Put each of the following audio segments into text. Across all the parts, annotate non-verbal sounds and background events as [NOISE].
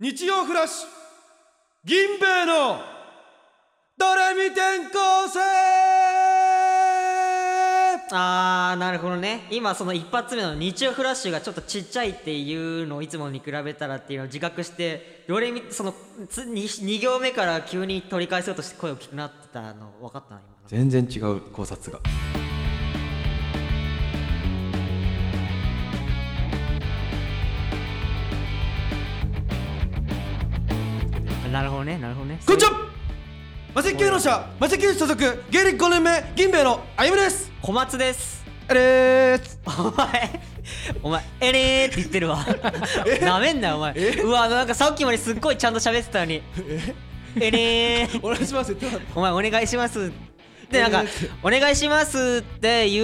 日曜フラッシュ銀兵衛のドレミ転校生あーなるほどね今その一発目の日曜フラッシュがちょっとちっちゃいっていうのをいつもに比べたらっていうのを自覚してどれみそのつ 2, 二行目から急に取り返そうとして声を大きくなってたの分かったな今の全然違う考察がなるほどねなるほどねこんにちはマセキ芸能者マセキ所属芸歴5年目銀兵衛のあゆむです小松ですあれーすお前お前えれーって言ってるわなめんなよお前うわなんかさっきまですっごいちゃんと喋ってたのにえれーお願いしますって言ってなかっお前お願いしますってなんか「お願いします」って言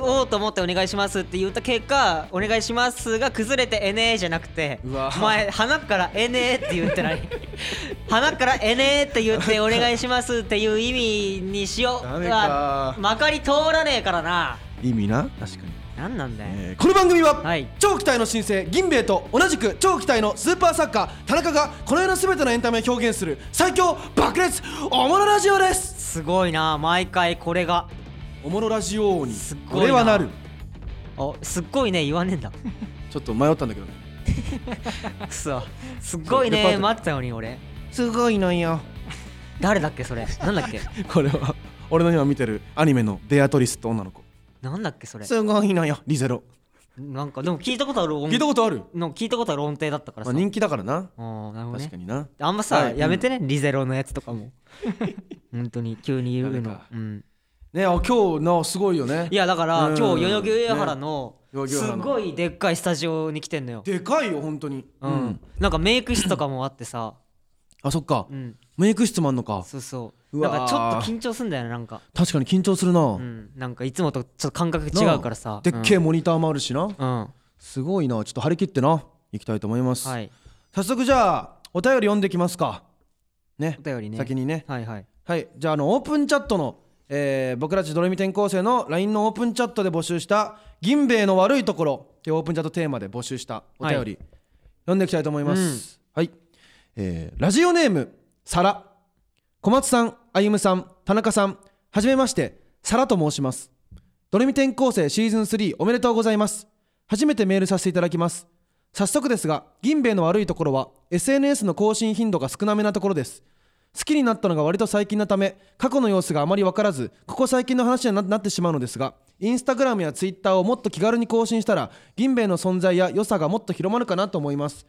おうと思って「お願いします」って言った結果「お願いします」が崩れて「えねえ」じゃなくてうわお前鼻から「えねえ」って言ってない [LAUGHS] 鼻から「えねえ」って言って「お願いします」っていう意味にしようダメあかまかり通らねえからな意味な確かになんなんだよ、えーこの番組は、はい超期待の新星銀兵衛と同じく超期待のスーパーサッカー田中がこの世の全てのエンタメを表現する最強爆裂おもろラジオですすごいな毎回これがおもろラジオ王にすっごいなこれはなるあすっごいね言わねえ [LAUGHS] んだちょっと迷ったんだけどねくそすっごいそうやっねぱ待ってたのに俺すごいのよ誰だっけそれなんだっけこれは俺の今見てるアニメのデアトリスと女の子なんだっけそれすごいのよリゼロなんかでも聞いたことある音聞いたことある、の聞いたことある音程だったからまさ、あ、人気だからなうんなるほ確どねかになあんまさ、はいやめてね、リゼロのやつとか [LAUGHS] も本当に急に言うダメのか、うん、ねあ今日なすごいよねいやだから、うん今日代々木上原の、ね代々木上す原のごいでっかいスタジオに来てんのよ、でかいよ本当にうんなんかメイク室とかもあってさ、あそっか、うん、メイク室もあんのかそうそううなわんーかちょっと緊張すんだよねなんか、確かに緊張するな、うん、なんかいつもとちょっと感覚な違うからさでっけえうん、モニターもあるしな、うんすごいなちょっと張り切ってな行きたいと思います、はい早速じゃあお便り読んできますかねお便りね先にねはいはいはいじゃああのオープンチャットの、えー僕たちドレミ転校生の LINE のオープンチャットで募集した「銀兵衛の悪いところ」っていうオープンチャットテーマで募集したお便り、はい読んでいきたいと思います、はい、えーラジオネームさら小松さんあゆむさん田中さんはじめましてさらと申しますドレミ転校生シーズン3おめでとうございます初めてメールさせていただきます早速ですが銀兵衛の悪いところは SNS の更新頻度が少なめなところです好きになったのが割と最近なため過去の様子があまり分からずここ最近の話にななってしまうのですがインスタグラムやツイッターをもっと気軽に更新したら銀兵衛の存在や良さがもっと広まるかなと思います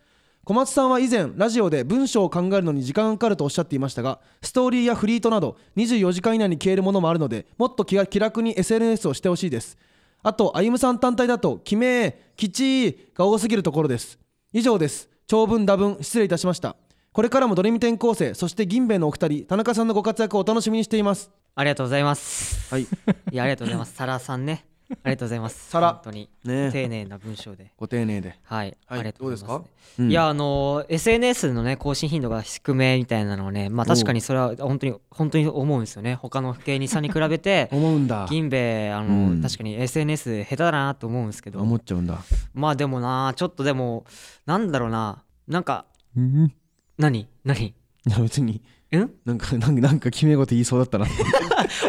小松さんは以前ラジオで文章を考えるのに時間がかかるとおっしゃっていましたがストーリーやフリートなど24時間以内に消えるものもあるのでもっと気が気楽に SNS をしてほしいですあと歩夢さん単体だと「きめえ」「きちい」が多すぎるところです以上です長文多文失礼いたしましたこれからもドレミ転校生そして銀兵衛のお二人田中さんのご活躍をお楽しみにしていますありがとうございますはいいやありがとうございます。サラさんね。ありがとうございます。サラ本当に、ねえ丁寧な文章で。ご丁寧ではい、はいありがとうございます、どうですかうんいやあのー SNS のね更新頻度が低めみたいなのはねまあ確かにそれは本当に本当に思うんですよね他の芸人さんに比 [LAUGHS] べて思うんだ銀兵衛あのー、うん確かに SNS 下手だなと思うんですけど思っちゃうんだまあでもなちょっとでもなんだろうななんかうんい何何や別にうんなんかなんかなんか決め事言いそうだったな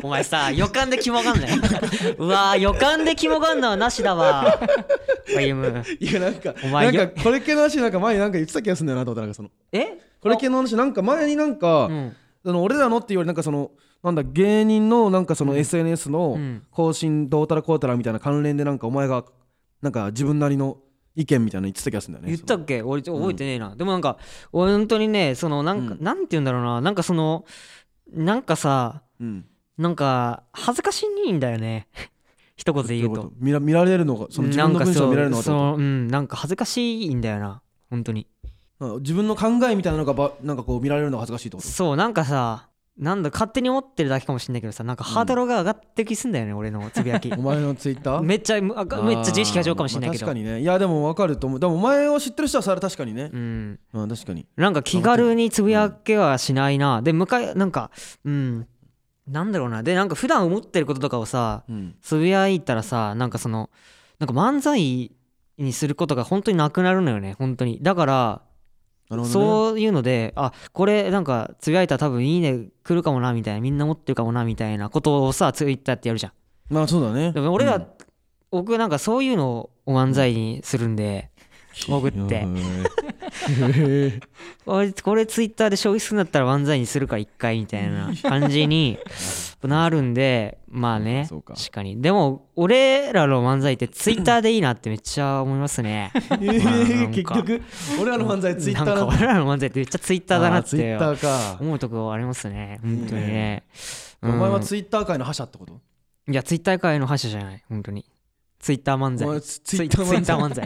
お [LAUGHS] 前さ予感でキモがんなようわー予感でキモがんのはなし [LAUGHS] だわ歩いやなんかお前なんかこれ系の話なんか前になんか言ってた気がするんだよなと思ったなんかそのえこれ系の話なんか前になんか、うんその俺らのっていうよりなんかそのなんだ芸人のなんかその SNS のうん更新どうたらこうたらみたいな関連でなんかお前がなんか自分なりの意見みたいなの言ってた気がするんだよ言ねったっけ俺ちょ覚えてねえな、でもなんか俺本当にねそのなんか、うんなんて言うんだろうななんかそのなんかさうんなんか恥ずかしいんだよね [LAUGHS] 一言で言うと見ら見られるのがその自分の文章を見られるのがなんかそうそのうんなんか恥ずかしいんだよな本当にうん自分の考えみたいなのがばなんかこう見られるのが恥ずかしいってことそうなんかさなんだ勝手に思ってるだけかもしれないけどさなんかハードルが上がってきすんだよね、俺のつぶ [LAUGHS] やきお前のツイッターめっちゃむあが [LAUGHS] めっちゃ自意識過剰かもしれないけど、まあ確かにねいやでも分かると思うでもお前を知ってる人はそれ確かにねうんうん確かになんか気軽につぶやけはしないな。で、向かい、なんか、うん、なんだろうな。で、なんか普段思ってることとかをさ、うんつぶやいたらさ、なんかその、なんか漫才にすることが本当になくなるのよね、本当に。だから、なるほどねそういうのであこれなんかつぶやいたら多分いいね来るかもなみたいなみんな持ってるかもなみたいなことをさツイッターってやるじゃんまあそうだねでも俺うらん僕なんかそういうのを漫才にするんで潜ってこれこれツイッターで消費するんだったら漫才にするから一回みたいな感 [LAUGHS] じになるんでまあねそうか確かにでも俺らの漫才ってツイッターでいいなってめっちゃ思い [LAUGHS] ますねなんか結局 [LAUGHS] 俺らの漫才ツイッタなんーかの俺らの漫才ってめっちゃツイッターだなっツイッタてーか思うとこありますね本当にねお前はうんツイッター界の覇者ってこといやツイッター界の覇者じゃない本当にツイッター漫お前才ツツツイイッターツイ漫ッター才漫才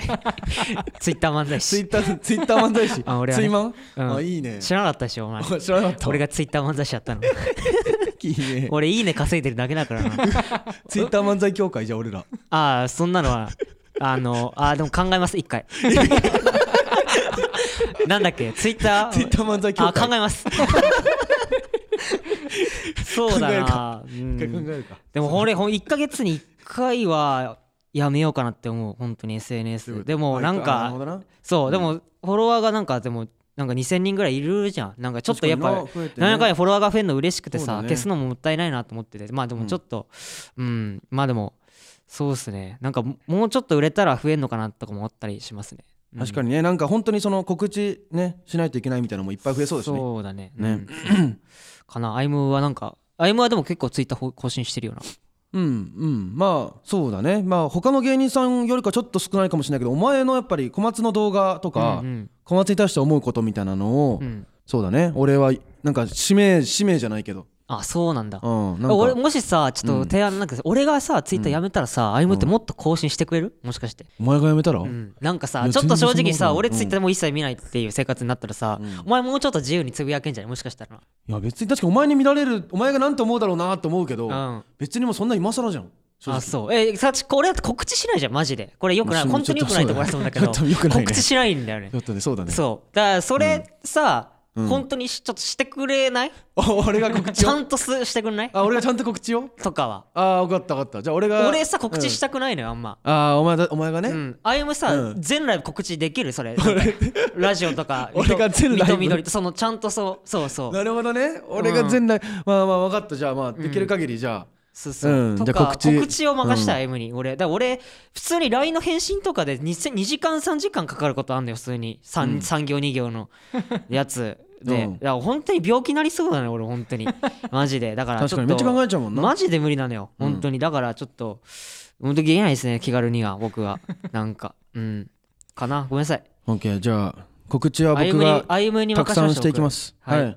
[LAUGHS] ツイッター漫才ツイ師ッターツイッター漫才師あ俺はツねイマンうんあいいね知らなかったでしょお前知らなかった俺がツイッター漫才師やっ [LAUGHS] たのいいね俺いいね稼いでるだけだからなツイッター漫才協会じゃあ俺らああそんなのはあのあーでも考えます [LAUGHS] 一回なんだっけツイッターツイッター漫才協あ会考えます [LAUGHS] そうだなうん一回考えるかでも俺ほん1ヶ月に1回はやめようかなって思う本当に SNS でもなんあなるかほどなそうでもフォロワーがなんかでもなんか2000人ぐらいいるじゃんなんかちょっとやっぱ確かにな増えてね何らかにフォロワーが増えるの嬉しくてそうださね消すのももったいないなと思っててまあでもちょっとうんまあでもそうっすねなんかももうちょっと売れたら増えんのかなとかも思ったりしますねうん確かにねなんか本当にその告知ねしないといけないみたいなのもいっぱい増えそうですねそうだねねうん [CLEARS THROAT] かなアイムはなんかアイムはでも結構ツイッター更新してるよなうんうんまあそうだねまあ他の芸人さんよりかちょっと少ないかもしれないけどお前のやっぱり小松の動画とか、うん小松に対して思うことみたいなのを、うんうんそうだね俺はなんか使命使命じゃないけどあそうなんだうんなんか俺もしさちょっと提案なんか俺がさツイッターやめたらさアイムってもっと更新してくれるもしかしてお前が辞めたら、うんなんかいさやちょっと正直全然そんなこさとない俺ツイッターも一切見ないっていう生活になったらさお前もうちょっと自由につぶやけんじゃないもしかしたらいや別に確かにお前に見られるお前が何と思うだろうなと思うけど、うん別にもうそんな今更じゃん正直あそうえさち俺だって告知しないじゃんマジでこれよくないまあ本当によくないと思いそうだけどちょっと良くないね [LAUGHS] 告知しないんだよねちょっとねそうだねそうだからそれさ本当にしちょっとしてくれない俺が告知ちゃんとすしてくれないあ俺がちゃんと告知をとかはああ分かった分かったじゃあ俺が俺さ告知したくないのよあんまああお前だお前がね、うん、あゆむさ、うん全ライブ告知できる [LAUGHS] それラジオとか俺が全ライブみとみどりとそのちゃんとそうそうそうなるほどね俺が全来、まあまあ分かったじゃあまあできる限りじゃあ、そうそう、うんとじゃあか告告知知を任したあゆむに俺だから俺普通に LINE の返信とかで 2, 2時間3時間かかることあんのよ普通に 3,、三行2行 [LAUGHS] のやつで、うんだから本当に病気になりそうだね俺本当にマジでだからちょっ確とかにめっちゃ考えちゃうもんな、マジで無理なのよ本当に、だからちょっと本当に言えないですね気軽には [LAUGHS] 僕はなんかうんかなごめんなさいオッケーじゃあ告知はあゆ僕むにあがゆむにた任くせさましょうんしていきますははいい、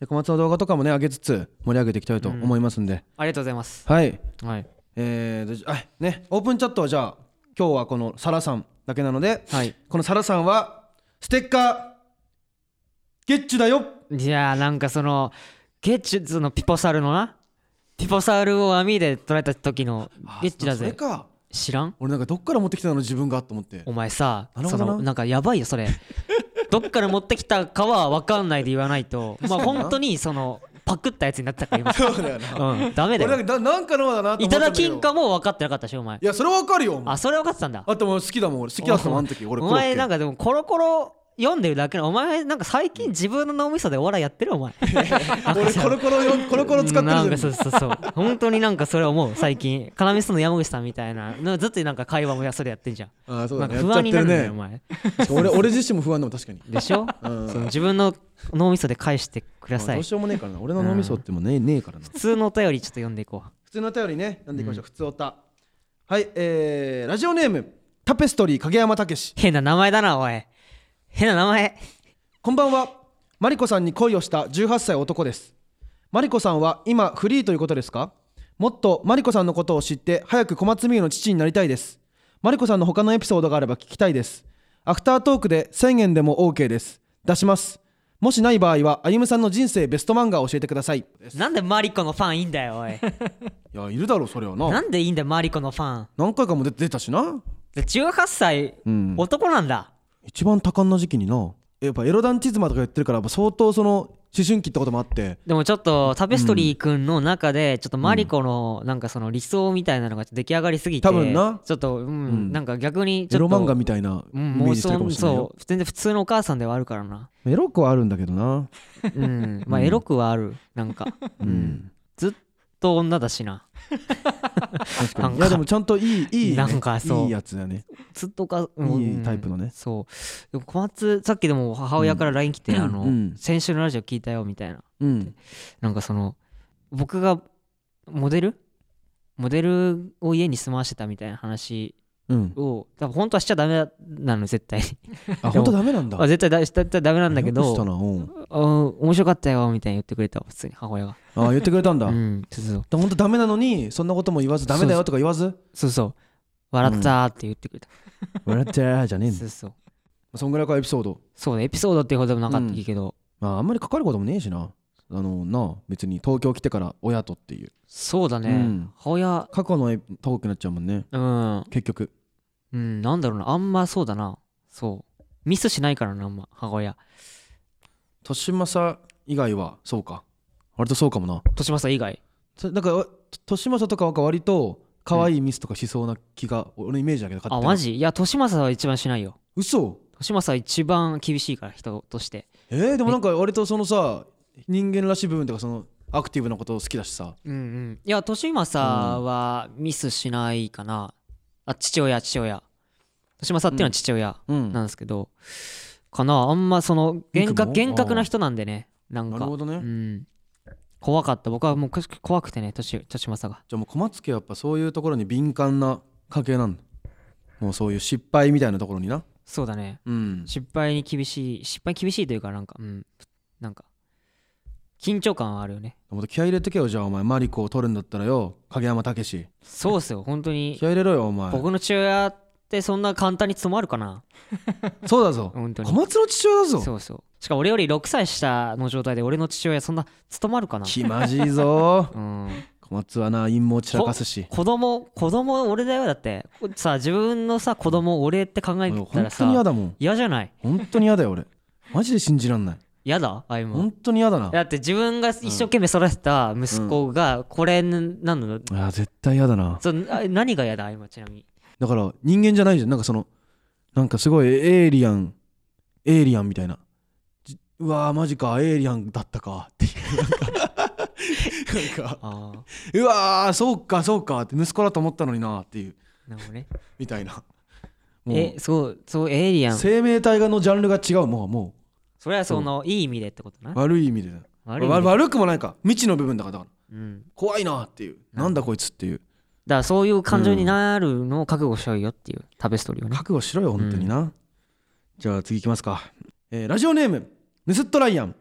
で小松の動画とかもね上げつつ盛り上げていきたいと思いますんで、ありがとうございます。はいはい。えーとあねオープンチャットはじゃあ今日はこのサラさんだけなのではい。このサラさんはステッカーゲッチュだよいやーなんかその、ゲッチュ、そのピポサルのな、ピポサルを網で捉えた時のゲッチュだそれぜ。か知らん俺なんかどっから持ってきたの自分がと思ってお前さな、るほそどなの、なんかやばいよ、それ。どっから持ってきたかは分かんないで言わないと、まあ本当にその、パクったやつになっ [LAUGHS] たからそうだよな今。うん、ダメだ俺なんよ。かだなんかのだなと思いったたんだだけきどんかも分かってなかったし、お前い。やそれわかるよお前あ、それ分かってたんだ。 [LAUGHS] あともう好きだもん俺好きだったもんあの時俺おコロッ前ケなんかでもコロコロ読んでるだけのお前なんか最近自分の脳みそでお笑いやってるお前 [LAUGHS] 俺コロコロよコロコロ使ってるじゃなんんかそうそう [LAUGHS] そう本当になんかそれ思う最近要メスの山口さんみたいななずっとなんか会話もやそれやってんじゃんあーそうなだんねかやっちゃって不安になるるんだよ、ねお前俺俺自身も不安でも確かにでしょ、うんその自分の脳みそで返してくだまあさどいうしようもねえからな俺の脳みそってもうねねえからな普通のお便りちょっと読んでいこ普通のお便りね読んでいきましょう普通おたはいえーラジオネームタペストリー影山武史う変な名前だなおい変な [LAUGHS] 名前こんばんはマリコさんに恋をした18歳男ですマリコさんは今フリーということですかもっとマリコさんのことを知って早く小松美優の父になりたいですマリコさんの他のエピソードがあれば聞きたいですアフタートークで1000円でも OK です出しますもしない場合はあゆむさんの人生ベスト漫画を教えてくださいいなんでマリコのファンいいんだよおいやいるだろそれはなんでいいんだよマリコのファン何回かも出出たしなで18歳、ん男なんだ一番多感な時期になやっぱエロダンチズマとか言ってるからやっぱ相当その思春期ってこともあってでもちょっとタペストリー君の中でちょっとマリコのなんかその理想みたいなのが出来上がりすぎて多分なちょっとうんなんか逆にちエょロっと漫画みたいなイうメんー妄ジしてるかも想しれないよそう全然普通のお母さんではあるか [LAUGHS] らなエロくはあるんだけどなうんまあエロくはあるなんか [LAUGHS] うんずっと女だしな確かにいなんかやでもちゃんといいいいなんかそういいやつだねずっとお母うんいいタイプのねそうでも小松さっきでも母親から LINE 来て、あの、うん先週のラジオ聞いたよみたいなうんなんかその僕がモデルモデルを家に住まわしてたみたいな話うんを多分本当はしちゃダメなの絶対にあ本当ダメなんだあ絶対だ絶対ダメなんだけよくしたどなうんあ面白かったよみたいに言ってくれたわ普通に母親があ言ってくれたんだうんそうそう本当ダメなのにそんなことも言わずダメだよとか言わずそうそう笑ったーって言ってくれた、笑っちゃーじゃねえんそだうそ [LAUGHS] うそんぐらいかエピソードそうねエピソードっていうほどでもなかったけど、まああんまりかかることもねえしなあのなあ別に東京来てから親とっていうそうだね、うん母親過去のエピトークになっちゃうもんねうん結局うん、なんだろうな、あんまそうだな。そう。ミスしないからな、あんま、母親。年政以外はそうか割とそうかもなとしまさ以外。そなんかわ年政とかは割と可愛いミスとかしそうな気が、俺のイメージだけど勝手あ、なマジいや、としまさは一番しないよ。嘘としまさは一番厳しいから、人として。えー、でもなんか割とそのさ人間らしい部分とかそのアクティブなこと好きだしさうんうん。いや、としまさはミスしないかな。あ、父親、父親。としまさっていうのは父親うんななんですけど、かな、あんまその厳格、ミクも厳格な人なんでね、なんか。るほどね、うじん。怖かった。僕はもうくし怖くてね、としとしまさが。ゃあもう小松家はやっぱそういうところに敏感な家系なんだもうそういう失敗みたいなところになそうだね。うん失敗に厳しい失敗に厳しいというかなんかうんなんか緊張感はあるよねもっと気合い入れてけよじゃあお前マリコを取るんだったらよ影山武史そうっすよ本当に気合い入れろよお前僕の父親ってそんな簡単に務まるかなそうだぞ本当小に松の父親だぞそうそうしかも俺より6歳下の状態で俺の父親そんな務まるかな気まじいぞうん小松はな陰謀散らかすし子供子供俺だよだってさ自分のさ子供俺って考俺えた本ら当に嫌さだもん嫌じゃない本当に嫌だよ [LAUGHS] 俺マジで信じらんない嫌だあいも本当に嫌だなだって自分が一生懸命育てた息子がこれなのいや絶対嫌だなそうあ何が嫌だ今ちなみにだから人間じゃないじゃんなんかそのなんかすごいエイリアンエイリアンみたいなじうわーマジかエイリアンだったかっていうなんかなんかああうわーそうかそうかって息子だと思ったのになっていうなるほどね。みたいなもうえ、そう、そう、エイリアン。生命体がのジャンルが違うもうもそれはその、いい意味でってことうな。悪い意味でだよ悪い意わ味で。悪くもないか未知の部分だからだからうん。怖いなっていうなんだこいつっていうだからそういう感情になるのを覚悟しようよっていうタペストリーをね。覚悟しろよ本当にな、じゃあ次いきますか、えーラジオネームヌスットライアン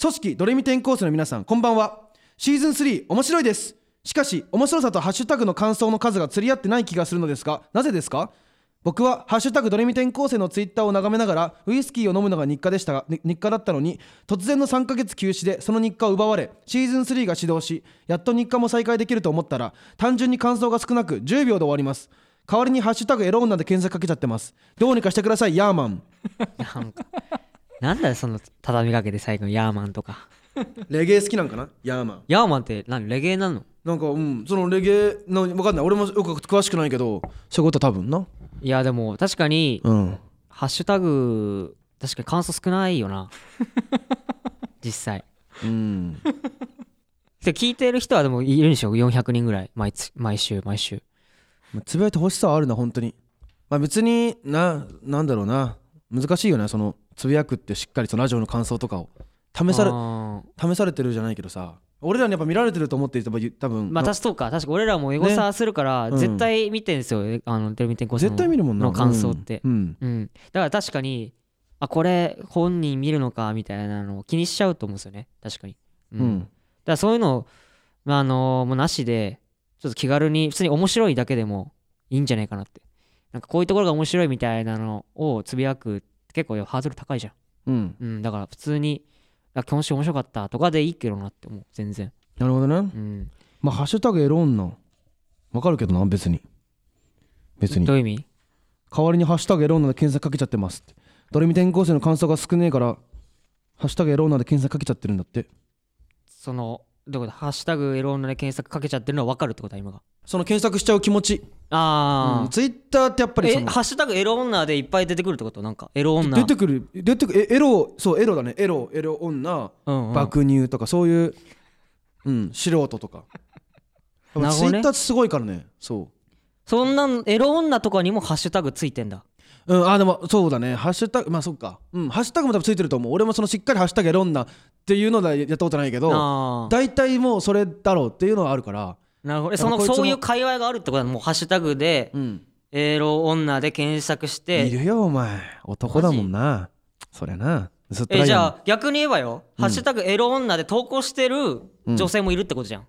組織ドレミ転校生の皆さんこんばんはシーズン3面白いですしかし面白さとハッシュタグの感想の数が釣り合ってない気がするのですがなぜですか僕は「ハッシュタグドレミ転校生」のツイッターを眺めながらウイスキーを飲むのが日課でしたがに日課だったのに突然の3ヶ月休止でその日課を奪われシーズン3が始動しやっと日課も再開できると思ったら単純に感想が少なく10秒で終わります代わりに「ハッシュタグエロ女」で検索かけちゃってますどうにかしてくださいヤーマンなんか、なんだよ、その畳みかけて最後のヤーマンとか。レゲエ好きなんかなヤーマンヤーマンって何レゲエなのなんかうんそのレゲエの分かんない俺もよく詳しくないけどそういうことは多分ないや、でも確かに、うんハッシュタグ、確かに感想少ないよ [LAUGHS] な。実際。うんで聞いてる人はでもいるんでしょ ?400 人ぐらい。毎つ毎週、毎週。まあつぶやいてほしさはあるな本当にまあ別にななんだろうな難しいよねそのつぶやくってしっかりそのラジオの感想とかを試されあ試ーされてるじゃないけどさ俺らにやっぱ見られてると思っていたば多分まあ、なたしそうか確か俺らもエゴサするから、ねうん絶対見てんですよ、えあのテレビ転校生の絶対見るもんなの感想ってうんうんうん、だから確かにあこれ本人見るのかみたいなのを気にしちゃうと思うんですよね確かに、うんうんだからそういうのを、まあ、あのもうなしでちょっと気軽に普通に面白いだけでもいいんじゃないかなってなんかこういうところが面白いみたいなのをつぶやく結構ハードル高いじゃうんん、うん、だから普通にあ今週面白かったとかでいいけどなって思う全然なるほどねうんまあハッシュタグエロ女わかるけどな別に別にどういう意味代わりに「ハッシュタグエロ女」で検索かけちゃってますってドレミ転校生の感想が少ねえからハッシュタグエローナで検索かけちゃってるんだってそのどこだハッシュタグエローナで検索かけちゃってるのは分かるってことは今がその検索しちゃう気持ち、ああ、ツイッターってやっぱりえそのハッシュタグエロ女でいっぱい出てくるってことなんかエロ女出てくる出てくるえエロそうエロだねエロエロ女うんうん爆乳とかそういう、うん、素人とかツイ [LAUGHS] なるほどねッターってすごいからねそそんなんエロ女とかにもハッシュタグついてんだううんあでもそうだねハッシュタグまあそっかうんハッシュタグも多分ついてると思う俺もそのしっかり「ハッシュタグエロ女」っていうのはやったことないけどああ大体もうそれだろうっていうのはあるからなるほどえだからそのこいつもそういう界隈があるってことはもうハッシュタグでうんエロ女で検索しいてるよお前男だもんなそりゃなずっとえライじアンゃあ逆に言えばよ、ハッシュタグエロ女で投稿してる女性もいるってことじゃん、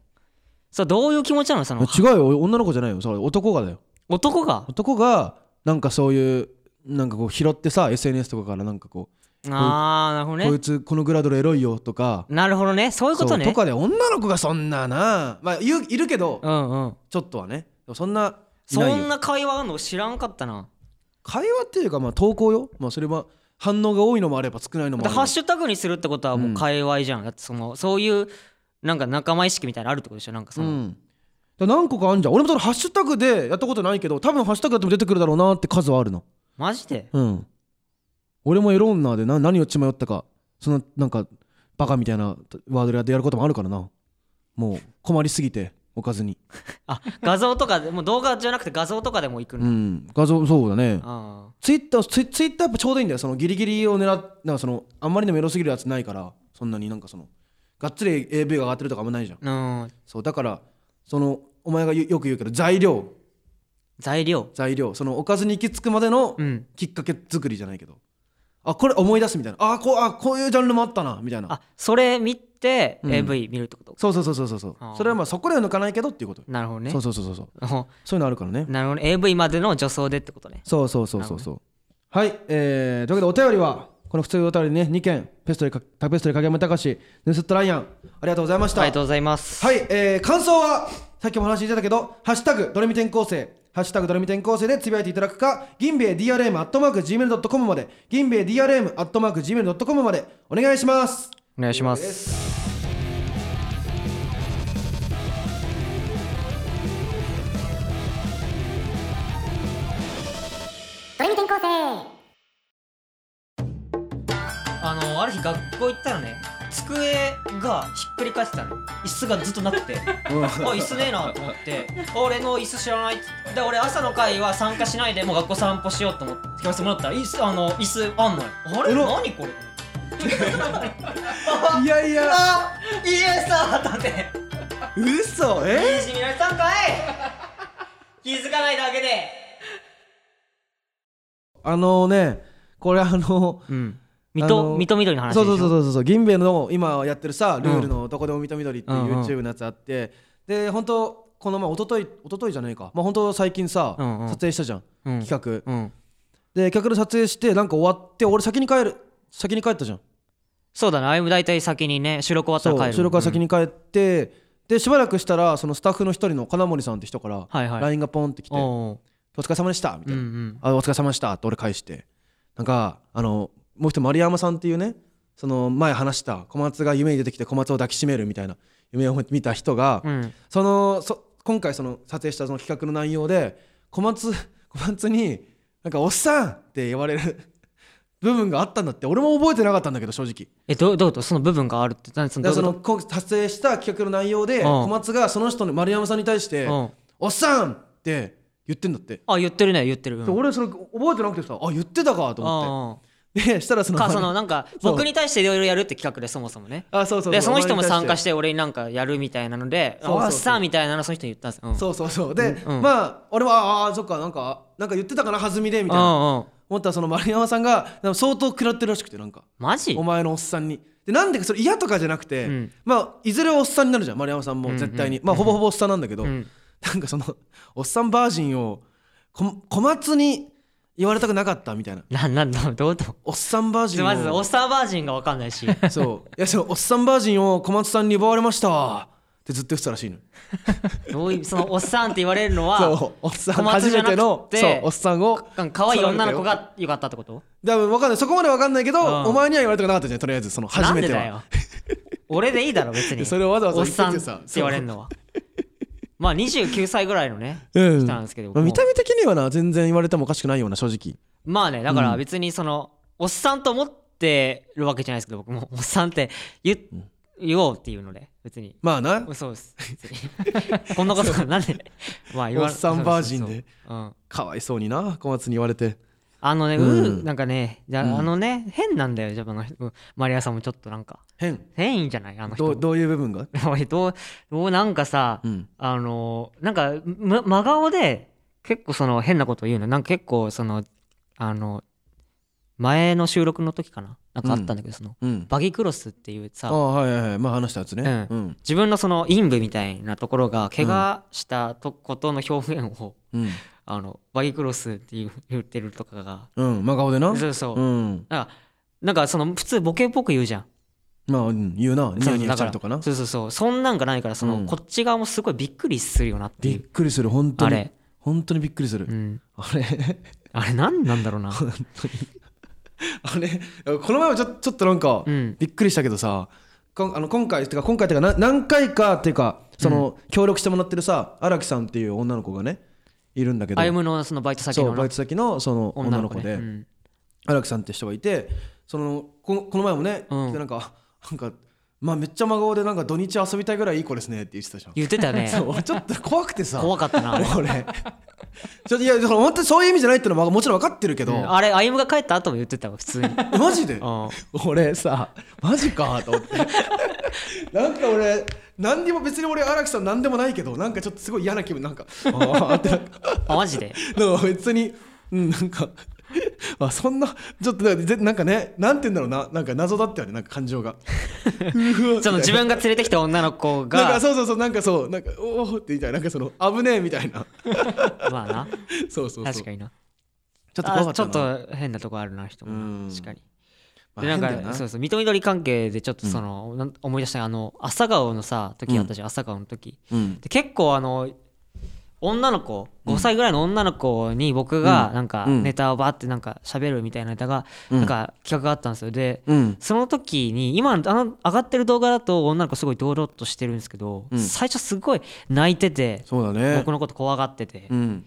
そうどういう気持ちなのその違うよ女の子じゃないよそれ男がだよ男が男がなんかそういうなんかこう拾ってさ SNS とかからなんかこああなるほどうこねいつこのグラドルエロいよとかなるほどねそういうことねそうとかで女の子がそんななまあ言ういるけどうんうんちょっとはねでもそんないないそよんな会話あんの知らんかったな会話っていうかまあ投稿よまあそれは反応が多いのもあれば少ないのもでハあるッシュタグにするってことはもう界隈じゃん、だってそのそういうなんか仲間意識みたいなのあるってことでしょなんかその、うんだから何個かあるじゃん俺もそのハッシュタグでやったことないけど多分ハッシュタグだと出てくるだろうなって数はあるのマジでうん俺もエロ女でな何を血迷ったかそのなんかバカみたいなワードでやることもあるからなもう困りすぎておかずにあ画像とかでもう動画じゃなくて画像とかでも行くうの、ん画像そうだねあツイッターツイツイッターやっぱちょうどいいんだよそのギリギリを狙っなんかそのあんまりでもエロすぎるやつないからそんなになんかそのがっつり AV が上がってるとかあんまないじゃんあうんそうだからそのお前がよよく言うけど材料材料材料そのおかずに行き着くまでのうんきっかけ作りじゃないけど、あこれ思い出すみたいなあこうあこういうジャンルもあったなみたいなあそれ見てうん AV 見るってこと、そうそうそうそうそうそうあーそれはまあそこでは抜かないけどっていうこと、なるほどねそうそうそうそうそうそういうのあるからねなるほどね AV までの女装でってことねそうそうそうそうそうはいえー、というわけでお便りはこの普通お便りね2件ペストリーかタペストリー影山隆ヌスットライアンありがとうございましたはあいりがと、うございます、えー感想はさっきもお話しいただいたけど「ハッシュタグドレミ転校生」ハッシュタグドレミ転校生でつぶやいていただくか、銀兵衛 DRM アットマーク Gmail.com まで、銀兵衛 DRM アットマーク Gmail.com までお願いします。お願いしますドレミ転校生あのある日学校行ったらね机がひっくり返ってたの椅子がずっとなく [LAUGHS] てあ椅子ねえなと思ってあ俺の椅子知らないっつってで俺朝の会は参加しないでもう学校散歩しようと思って聞かせてもらったら椅子あの椅子あんのよあれえら何これいやいや、 [LAUGHS] あ家さだって嘘えいじめられたん [LAUGHS] かい気づかないだけであのね、これあの、うんあ水の戸水戸緑の話でそしょうそうそうそうそう銀兵衛の今やってるさんルールの「どこでも認めどり」っていううんうん YouTube のやつあってで本当この前一昨日一昨日じゃないかまあ本当最近さうんうん撮影したじゃんうん企画うんで企画で撮影してなんか終わって俺先に帰る先に帰ったじゃんそうだねあいむ大体先にね収録終わっそたらう帰る収録は先にに帰ってでしばらくしたらそのスタッフの一人の金森さんって人からはいはい LINE がポンってきて「おおう疲れ様でした」みたういんうなんあお疲れ様でしたって俺返してなんかあのもう一人丸山さんっていうねその前話した小松が夢に出てきて小松を抱きしめるみたいな夢を見た人が、うんそのそ今回その撮影したその企画の内容で小松小松になんか「おっさん!」って言われる部分があったんだって俺も覚えてなかったんだけど正直えどうどういうことその部分があるって何そだからのそどういのうここ撮影した企画の内容でん小松がその人の丸山さんに対してうん「おっさん!」って言ってんだって、とあ言ってるね言ってる、うん、で俺それ覚えてなくてさあ言ってたかと思って。[LAUGHS] あでしたらそあのかそのなんかそう僕に対していろいろやるって企画でそもそもねあそうそうそうでその人も参加しして俺になんかやるみたいなので「そうそうそうあっさ」みたいなのその人に言ったんですよ、うん、そうそうそうで、うんまあ俺はああそっかなんかなんか言ってたかな弾みでみうたいなんうん思ったらその丸山さんがなんか相当食らってるらしくてなんかマジお前のおっさんにでなんでかそれ嫌とかじゃなくて、うんまあいずれおっさんになるじゃん丸山さんも絶対に、まあほぼほぼおっさんなんだけど、んなんかそのおっさんバージンをこ小松に言われたくなかったみたいななんなんだどうとおっさんバージンをま [LAUGHS] ずオスターバージンがわかんないしそういやそのおっさんバージンを小松さんに奪われましたってってずっと言ってたらしいのどういうそのおっさんって言われるのはそうおっさん小松初じゃめなくてのそうておっさんをか可愛い女の子が良かったってこと多分分かんないそこまで分かんないけど、んお前には言われたくなかったじゃんとりあえずその初めてはなんでだよ [LAUGHS] 俺でいいだろ別にそれをわざわざおっ言っててさんってさ言われるのはまあ29歳ぐらいのねうん人なんですけど、まあもう見た目的にはな全然言われてもおかしくないような正直まあねだから別にその、おっさんと思ってるわけじゃないですけど僕もおっさんって言,、言おうっていうので別にまあなそうです [LAUGHS] 別にこんなことがなんでまあ言わおっさんバージンでそうそうそううんかわいそうにな小松に言われてあのね、ううんーなんかね、じゃあ,、のね、変なんだよ、ジャパンの人うんマリアさんもちょっとなんか、変変いじゃないあのど人。うどういう部分が [LAUGHS] おいどう、どう、なんかさ、うんあの、なんか、む真顔で、結構その変なこと言うの。なんか結構その、あの、前の収録の時かななんかあったんだけど、その、うんバギクロスっていうさあ、あはいはいはいまあ話したやつねううん自分のその陰部みたいなところが怪我したとことの表現を、うんあのバギクロスっていう言ってるとかが、うん真顔でなそうそう、うんなんかなんかその普通ボケっぽく言うじゃん。まあうん言うなニそうヤニヤしたりとかなそうそうそう。そんなんがないからその、うんこっち側もすごいびっくりするよなっていびっう。くりする本当あにれ、本当にびっくりすうるん、あれあれなんなんだろう [LAUGHS] な。あれこの前はちょちょっとなんかうんびっくりしたけどさこんあの今回ってか今回ってかな何回かっていうかその協力してもらってるさ荒木さんっていう女の子がねいるんだけど歩夢のそのバイト先そのうバイト先のその女女のの子子でね。うん荒木さんって人がいてそのここの前もね、うんなんかなんか、まあ、めっちゃ真顔でなんか土日遊びたいぐらいいい子ですねって言ってたじゃん言ってたね。そうちょっと怖くてさ怖かったな。あれ俺ちょっといやだから本当にそういう意味じゃないってのはもちろん分かってるけど、うんあれ歩夢が帰った後も言ってたわ普通に。う [LAUGHS] んマジであ俺さマジかと思って [LAUGHS] なんか俺何にも別に俺荒木さん何でもないけどなんかちょっとすごい嫌な気分 [LAUGHS] なんかあーってなんかマジで。なんか別に、うん、なんかあそんなちょっとなんかぜなんかねなんて言うんだろうななんか謎だったよねなんか感情 [LAUGHS] がうわその自分が連れてきた女の子なんかがそうそうそうなんかそうなんかおおってみたいななんかその危ねえみたいなまあなそうそうそう確かにな。ちょっと怖かあっちたょっなと変なとこあるな人もうんな確かに。まあでなん変だよかなそうそうみとみどり関係でちょっとその、なん思い出したのがあの朝顔のさ時あったじゃん、朝顔の時うんで結構あの女の子5歳ぐらいの女の子に僕がなんかうんネタをバーってなんか喋るみたいなネタがなんか企画があったんですよでうんその時に今のあの上がってる動画だと女の子すごい堂々としてるんですけど、うん最初すごい泣いててそうだね僕のこと怖がってて、うん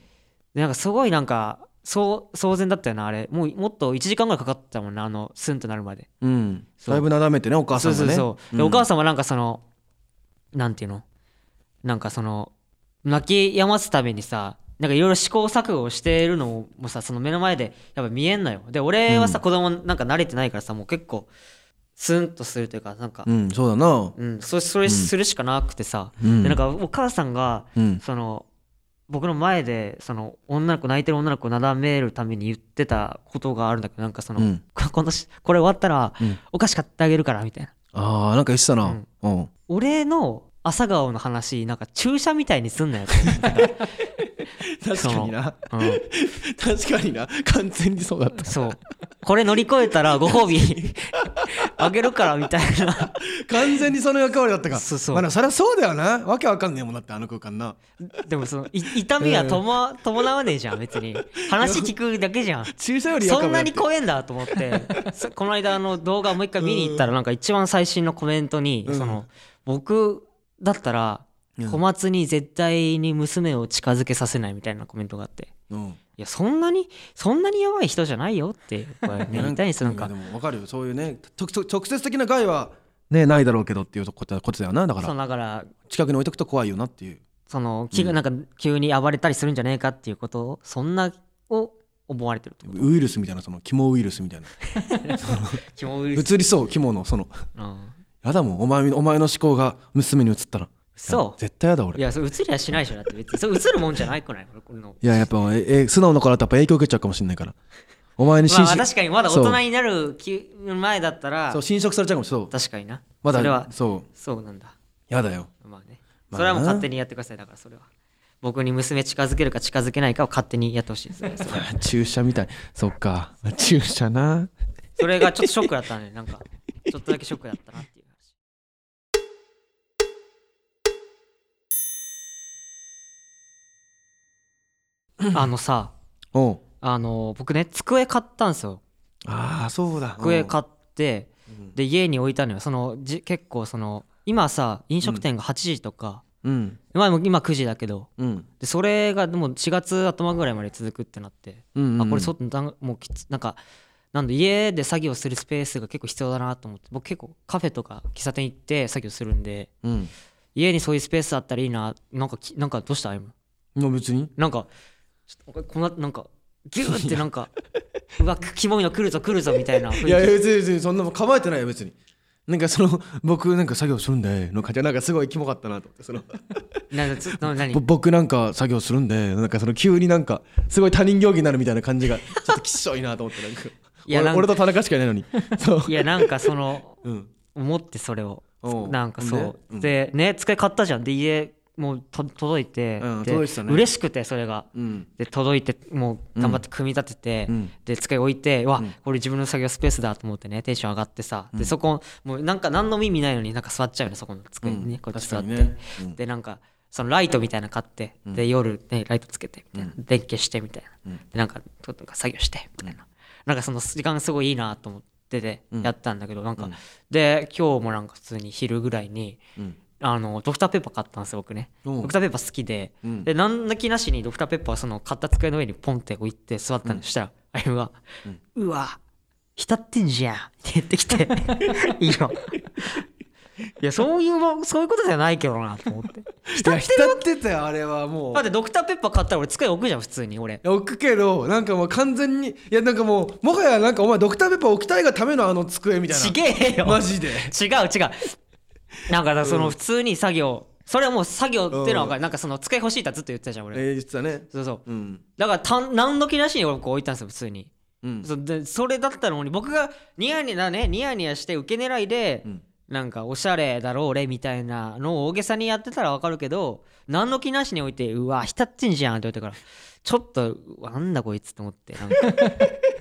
でなんかすごいなんかそう騒然だったよなあれもうもっと1時間ぐらいかかってたもんなあのスンとなるまでうんそうだいぶなだめてねお母さそんうがねそうそう、でんお母さんはなんかそのなんていうのなんかその泣き止ますためにさなんかいろいろ試行錯誤してるのもさその目の前でやっぱ見えんのよで俺はさ、子供なんか慣れてないからさもう結構スンとするというかなんか、うんそうだなうんそそれするしかなくてさ、うんでなんかお母さんが、うんその僕の前でその女の子泣いてる女の子をなだめるために言ってたことがあるんだけどなんかその、うんこのしこれ終わったら、うんお菓子買ってあげるからみたいなあーなんか言ってたなうん俺の朝顔の話なんか注射みたいにすんなよって確かにな思って、確かにな完全にそうだったうん、そうこれ乗り越えたらご褒 [LAUGHS] 美あげるからみたいな完全にその役割だったかそうそうまあでもそりゃそうだよなわけわかんねえもんだってあの空間なでもそのい痛みはとも伴わねえじゃん別に話聞くだけじゃん注射よりやそかんもやなってに怖えんだと思ってそこの間あの動画もう一回見に行ったらなんか一番最新のコメントに、うんその僕だったらうん小松に絶対に娘を近づけさせないみたいなコメントがあってうんいやそんなにそんなにやばい人じゃないよ [LAUGHS] って僕はね言いたいんですよなんかでもわかるよそういうねとと直接的な害はねないだろうけどっていうことことだよなだかそらうだから近くに置いとくと怖いよなっていうその、きなんか急に暴れたりするんじゃねえかっていうことをそんなを思われてるとウイルスみたいなその肝ウイルスみ [LAUGHS] たいな肝ウイルス移りそう肝のそのうんやだもんお前お前の思考が娘に移ったらそう絶対やだい俺いやそう映りはしないでしょだって別にそう映るもんじゃないくないこれのややっぱええ素直な子だとやっぱ影響受けちゃうかもしれない [LAUGHS] からお前にまあ侵まあ食確かにまだ大人になるき前だったらそう侵食されちゃうかもしれないそう確かになまだそれはそうそうなんだやだよまあねまあなそれはもう勝手にやってくださいだからそれは僕に娘近づけるか近づけないかを勝手にやってほしいですねそれは注射みたいそっか注射なそれがちょっとショックだったねなんかちょっとだけショックだったなっていう話あのさうんあの僕ね机買ったんですよああそうだ机買ってで家に置いたのよそのじ結構その今さ飲食店が8時とか、うんまあもう今9時だけどうんでそれがでも4月頭ぐらいまで続くってなって、うんうんあこれ外なんもうきつなんかなんで家で作業するスペースが結構必要だなと思って僕結構カフェとか喫茶店行って作業するんでうん家にそういうスペースあったらいいななんかきなんかどうしたあいむいや別になんかちょっとこんななんかギューってなんかうわキモいの来るぞ来るぞみたいな雰囲気いや別に別にそんなもん構えてないよ別になんかその僕なんか作業するんでの感じがなんかすごいキモかったなと思ってそのなんかつな何ぼ僕なんか作業するんでなんかその急になんかすごい他人行儀になるみたいな感じがちょっときっしょいなと思ってなんかいや俺なんか俺と田中しかいないのにそういやなんかそのうん思ってそれをおうなんかそうでうんでね机買ったじゃんで家もうと届いてうんで届いてたね嬉しくてそれがうんで届いてもう頑張って組み立ててうんで机置いてわこれ自分の作業スペースだと思ってねテンション上がってさでそこもうなんか何の意味ないのになんか座っちゃうのそこの机にねこっち座っ確てかにねでなんかそのライトみたいなの買ってで夜ねライトつけてみたいな電気消してみたいなでなんかちょっとなんか作業してみたいななんかその時間すごいいいなと思っててやったんだけどなんかで今日もなんか普通に昼ぐらいにうんあのドクターペッパー買ったんですよ僕ねおうドクターペッパー好きで、んで何の気なしにドクターペッパーはその買った机の上にポンって置いて座ったんでしたら、あれが「うわ浸ってんじゃん」って言ってき [LAUGHS] て「いいよ」いやそういうもんそういうことじゃないけどなと思 [LAUGHS] っていや浸ってたよあれはもうだってドクターペッパー買ったら俺机置くじゃん普通に俺置くけどなんかもう完全にいやなんかもうもはやなんかお前ドクターペッパー置きたいがためのあの机みたいなちげえよマジで違う違うなんかさその普通に作業それはもう作業っていうのは分かる、なんかその机欲しいってずっと言ってたじゃん俺、えー、言ってたねそうそううんだからた何の気なしに俺こう置いたんですよ普通に、うんそでそれだったのに僕がニヤニヤねニヤニヤして受け狙いで、なんかおしゃれだろ俺みたいなのを大げさにやってたらわかるけど何の気なしに置いてうわ浸ってんじゃんって言ってからちょっとうわなんだこいつと思って [LAUGHS] なんか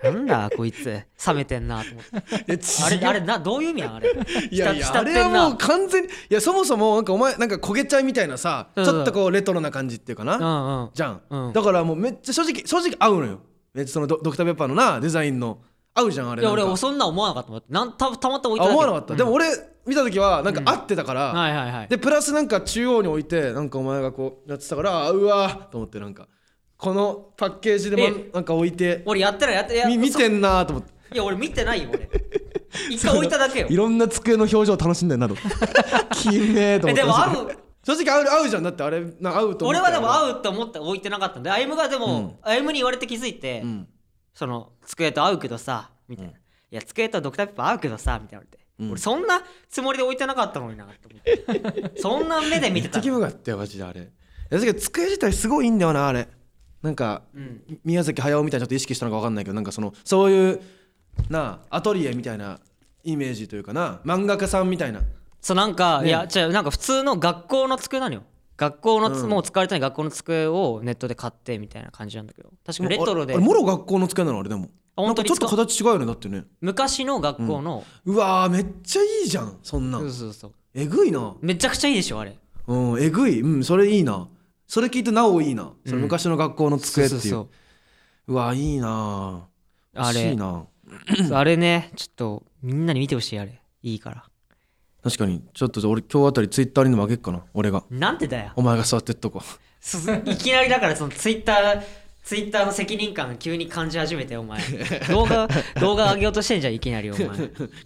なんだこいつ冷めてんなと思っていやちあれあれなどういう意味やんあれいやい浸や浸あってんれなはもう完全にいやそもそもなんかお前なんか焦げ茶みたいなさちうんょっとこうレトロな感じっていうかな、うんうんじゃん、うんだからもうめっちゃ正直正直合うのよめっちゃそのドドクターペッパーのなデザインの合うじゃんあれいやなんか俺そんな思わなかったもんなんたたまたま置いあただけ思わなかった、でも俺見た時はなんか合ってたから、はいはいはいでプラスなんか中央に置いてなんかお前がこうやってたからあうわーと思ってなんかこのパッケージでもえなんか置いて俺やってないやっていやみ見そてんなーと思っていや俺見てないよ [LAUGHS] 俺一回置いただけよいろんな机の表情楽しんでん [LAUGHS] なときめーと思えってでも合う正直合う合うじゃんだってあれな合うと思俺ったはよでも合うと思って置いてなかったんで歩夢がでも歩夢に言われて気づいてんその机と合うけどさみたいないや机とドクターペッパー合うけどさみたいな言われて俺そんなつもりで置いてなかったのになと思って [LAUGHS] そんな目でめ見てっちゃた気分があったよマジであれいや確かに机自体すごいいいんだよなあれなんか、宮崎駿みたいにちょっと意識したのか分かんないけどなんかそのそういうなあアトリエみたいなイメージというかな漫画家さんみたいなそうなんかいや違うなんか普通の学校の机なのよ学校のつもう使われてない学校の机をネットで買ってみたいな感じなんだけど確かにレトロであれもろ学校の机なのあれでもあな本んか当にちょっと形違うよねだってね昔の学校のうわーめっちゃいいじゃんそんなそうんそうそうえぐいなめちゃくちゃいいでしょあれうんえぐいうんそれいいなそれ聞いてなおいいなそれ昔の学校のそ机っうてそいううそううわーいいなあれ欲しいなそうあれねちょっとみんなに見てほしいあれいいから確かにちょっとじゃあ俺今日あたりツイッターにでもあげっかな俺がなんでだよお前が座ってっとこす [LAUGHS] いきなりだからそのツイッターツイッターの責任感急に感じ始めてお前 [LAUGHS] 動画動画上げようとしてんじゃんいきなりお前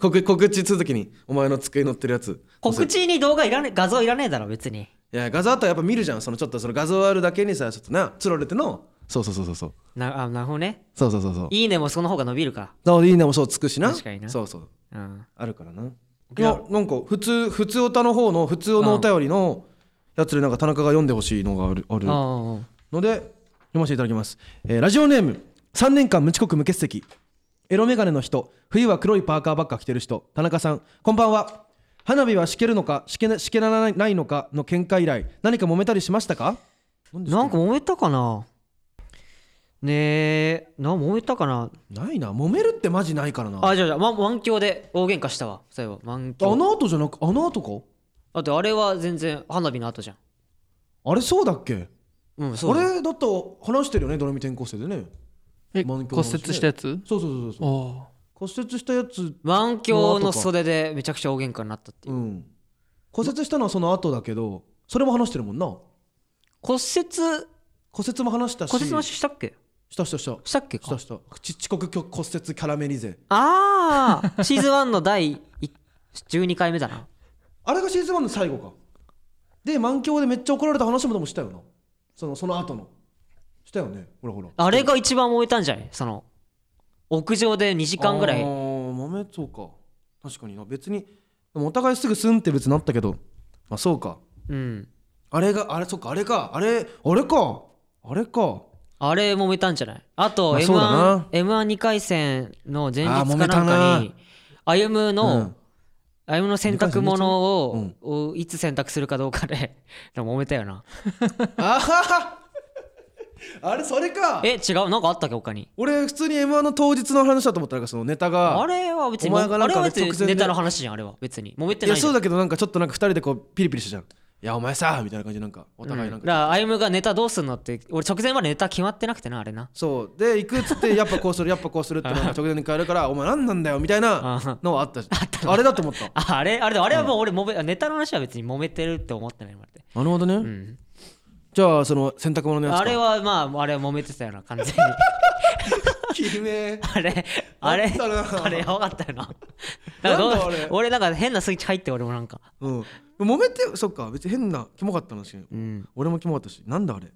告告知続きにお前の机に載ってるやつ告知に動画いらね画像いらねえだろ別にいや画像あったらやっぱ見るじゃんそのちょっとその画像あるだけにさちょっとなつられてのそうそうそうそうそうなあなるほどねそうそうそうそういいねもその方が伸びるかなのでいいねもそうつくしな確かになそうそうらうんあるからないいややなんか普通普通おたの方の普通のお便りのやつでなんか田中が読んでほしいのがあるあるああので読ませていただきます、えーラジオネーム3年間無遅刻無欠席エロメガネの人冬は黒いパーカーばっか着てる人田中さんこんばんは花火はしけるのかしけなしけらないないのかの見解以来何か揉めたりしましたかなんか揉めたかなねえな揉めたかなないな揉めるってマジないからなああじゃあじゃあま満響で大喧嘩したわそういえば満響の後じゃなくあの後かだってあれは全然花火の後じゃんあれそうだっけうんそうあれだと話してるよねドレミ転校生でねえマ骨ニキュアの折話ねしたやつそうそうそうそうあ骨折したやつ満響の袖でめちゃくちゃ大喧嘩になったっていうう、ん骨折したのはその後だけどそれも話してるもんな骨折骨折も話したし骨折の話したっけしたしたしたしたっけかしたしたち遅刻きょ骨折キャラメリゼああシーズン1の第い12回目だなあれがシーズン1の最後かで満響でめっちゃ怒られた話もでもしたよなそのその後のしたよねほらほらあれが一番燃えたんじゃないその屋上で2時間ぐらあいー豆そうか確かにな別にでもお互いすぐスンって別になったけどまあそうかうんあれがあれそっかあれかあれあれかあれ [LAUGHS] かあれ揉めたんじゃないあとまあ m そうだな1 m 1 2回戦の前日あー揉かなめんたなかに歩夢うのん歩夢の洗濯物二回ををいつ洗濯するかどうかででも揉めたよなあははあれそれかえ違うなんかあったっけ他に俺普通に m 1の当日の話だと思ったらそのネタがあれは別にお前がなあんれかはね別に直前でネタの話じゃんあれは別に揉めていなやいそじゃんうだけどなんかちょっとなんか2人でこうピリピリしたじゃんいやお前さみたいな感じでなんかお互いなんか、だから歩夢がネタどうすんのって俺直前までネタ決まってなくてなあれなそうで行くっつ [LAUGHS] ってやっぱこうするやっぱこうするってなんか直前に変えるからお前何なんだよみたいなのはあったじゃんあれだと思ったああれあれだあれはもう俺揉め、ネタの話は別に揉めてるって思ってないもんだってなるほどね、じゃあその洗濯物のやつかあれはまああれは揉めてたよな完全に [LAUGHS] きめあれあれあったなあれやばかったよななんだどうあれ俺なんか変なスイッチ入って俺もなんかうん揉めてそっか別に変なキモかったな確かに、俺もキモかったしなんだあれ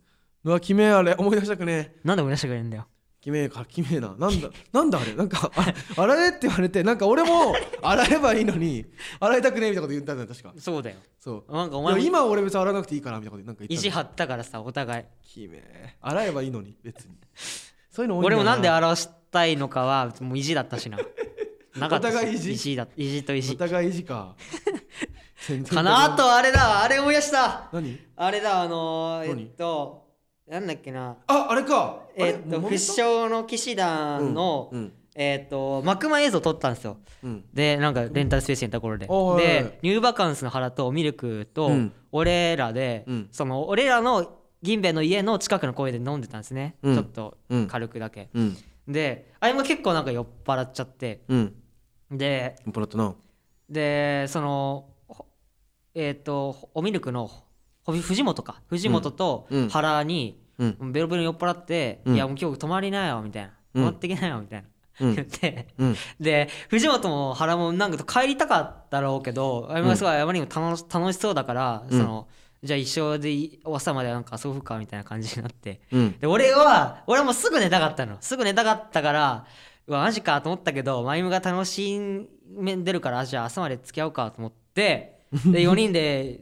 うわきめえあれ思い出したくねえなんで思い出してくれるんだよきめえかきめえななんだなんだあれなんかあ洗えって言われてなんか俺も洗えばいいのに洗いたくねえみたいなこと言ったんだよ確かそうだよそうなんかおい前やも今は俺別に洗わなくていいからみたいなことなんか言っ意たんだ地よ張ったからさお互いきめえ洗えばいいのに別にそういうの多い俺もなんであ表したいのかはもう意地だっ [LAUGHS] たしななかったしお互い意地意地だ意地と意お地互い意地か全然かなあとあれだわあれ思い出した何あれだあのー、何えっとなんだっけなああれかあれえっ揉とめた屈勝の騎士団の、うんうんえっと幕間映像撮ったんですようんでなんかレンタルスペースのところで、あはいはいはいでニューバカンスの原とミルクとうん俺らで、うんその俺らの銀兵衛の家の近くの公園で飲んでたんですね、うんちょっとうん軽くだけ、うんであれも結構なんか酔っ払っちゃってうんで酔っ払ったなでそのほえっ、とほおミルクのほ藤本か藤本とうんうん原に、うんベロベロに酔っ払って「うんいやもう今日泊まりなよ」みたいな「う泊んまってきなよ」みたいな、うん言って、うんで藤本も原もなんか帰りたかったろうけどあれもすごいあまりにも楽し楽しそうだから、そのじゃあ一生でい朝までなんか遊ぶかみたいな感じになって。うんで俺は俺はもうすぐ寝たかったのすぐ寝たかったからうわマジかと思ったけどマイムが楽しめんでるからじゃあ朝まで付き合おうかと思ってで4人で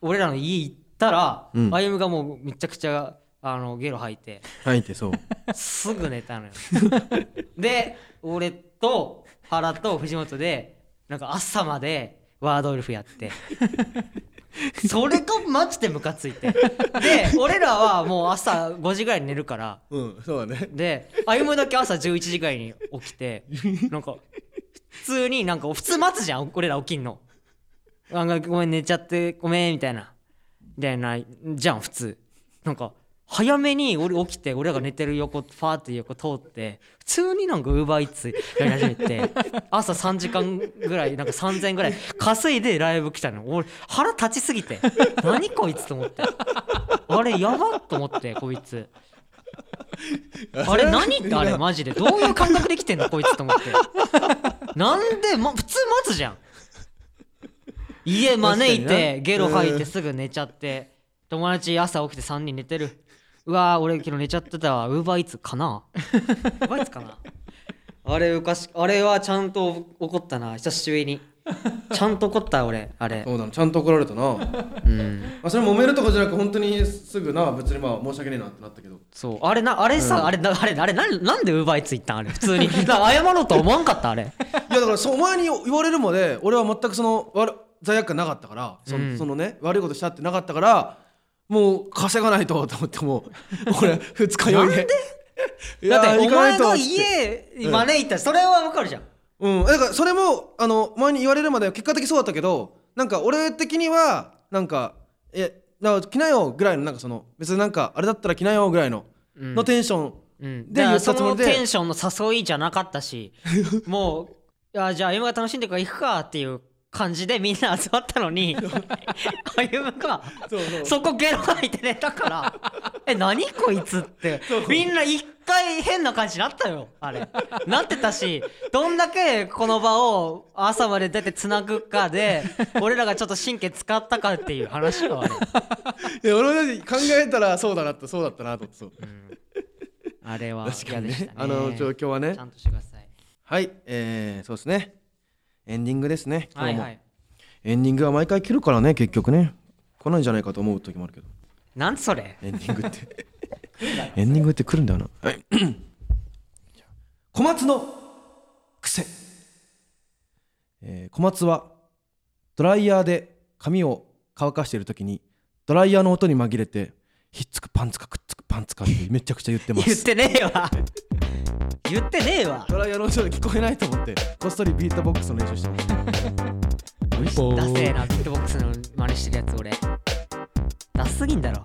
俺らの家行ったら、んマイムがもうめちゃくちゃあのゲロ吐いて吐いてそう [LAUGHS] すぐ寝たのよで俺と原と藤本でなんか朝までワードウルフやってそれがマジでムカついてで俺らはもう朝5時ぐらいに寝るからうんそうだね [LAUGHS] で歩夢だけ朝11時ぐらいに起きてなんか普通になんか普通待つじゃん俺ら起きんのあなんかごめん寝ちゃってごめんみたいなみたいなじゃん普通なんか早めに俺起きて俺らが寝てる横ファーって横通って普通になんかウーバーイーツやり始めて朝3時間ぐらいなんか3000ぐらい稼いでライブ来たの俺腹立ちすぎて何こいつと思ってあれやばっと思ってこいつ [LAUGHS] あれ何ってあれマジでどういう感覚できてんのこいつと思ってなんで、ま、普通待つじゃん家招確かいにてなゲロ吐いてすぐ寝ちゃって友達朝起きて3人寝てるうわー俺昨日寝ちゃってたわウーバーイーツかなウーバーイーツかなあれおかしあれはちゃんと怒ったな久しぶりにちゃんと怒った俺あれそうだなちゃんと怒られたな、まうんあ、それ揉めるとかじゃなく本当にすぐな別にまあ申し訳ねえなってなったけどそうあれなあれさ、あれなあれあれなんなんでウーバーイーツ行ったんあれ普通になんか謝ろうとは思わんかったあれいやだからそうお前に言われるまで俺は全くその悪罪悪感なかったからそ,、そのね悪いことしたってなかったからもう稼がないとと思ってもう俺二日酔いでいやだってお行かな前いとのつって家招いたらそれは分かるじゃんうんだからそれもあのお前に言われるまでは結果的そうだったけどなんか俺的にはなんかえだから着なよぐらいのなんかその別になんかあれだったら着なよぐらいの、うんのテンションうん、でだ言からったそつものりでテンションの誘いじゃなかった [LAUGHS] しもうあじゃあ歩夢が楽しんでるから行くかっていう感じでみんな集まった [LAUGHS] のに歩夢がそうそうそこゲロ吐いて寝 [LAUGHS] たから「え何こいつ」ってみんな一回変な感じになったよあれなってたしどんだけこの場を朝まで出てつなぐかで俺らがちょっと神経使ったかっていう話よあれいや俺も考えたらそうだなってそうだったなと思ってそう、あれは嫌でしたねあの状況はねちゃんとしてくださいはいえー、そうですねエンディングですね今は日いも、はいエンディングは毎回切るからね結局ね来ないんじゃないかと思う時もあるけどなんそれエンディングってエンディングって来るん [CLEARS THROAT] だよなはい小松の癖えー小松はドライヤーで髪を乾かしている時にドライヤーの音に紛れてひっつくパンツかくっつくパンツかってめちゃくちゃ言 [LAUGHS] ってま言っすてねえわ言ってねえわドライヤーの音が聞こえないと思ってこっそりビートボックスの練習してますダセえなビットボックスの真似してるやつ俺ダスすぎんだろ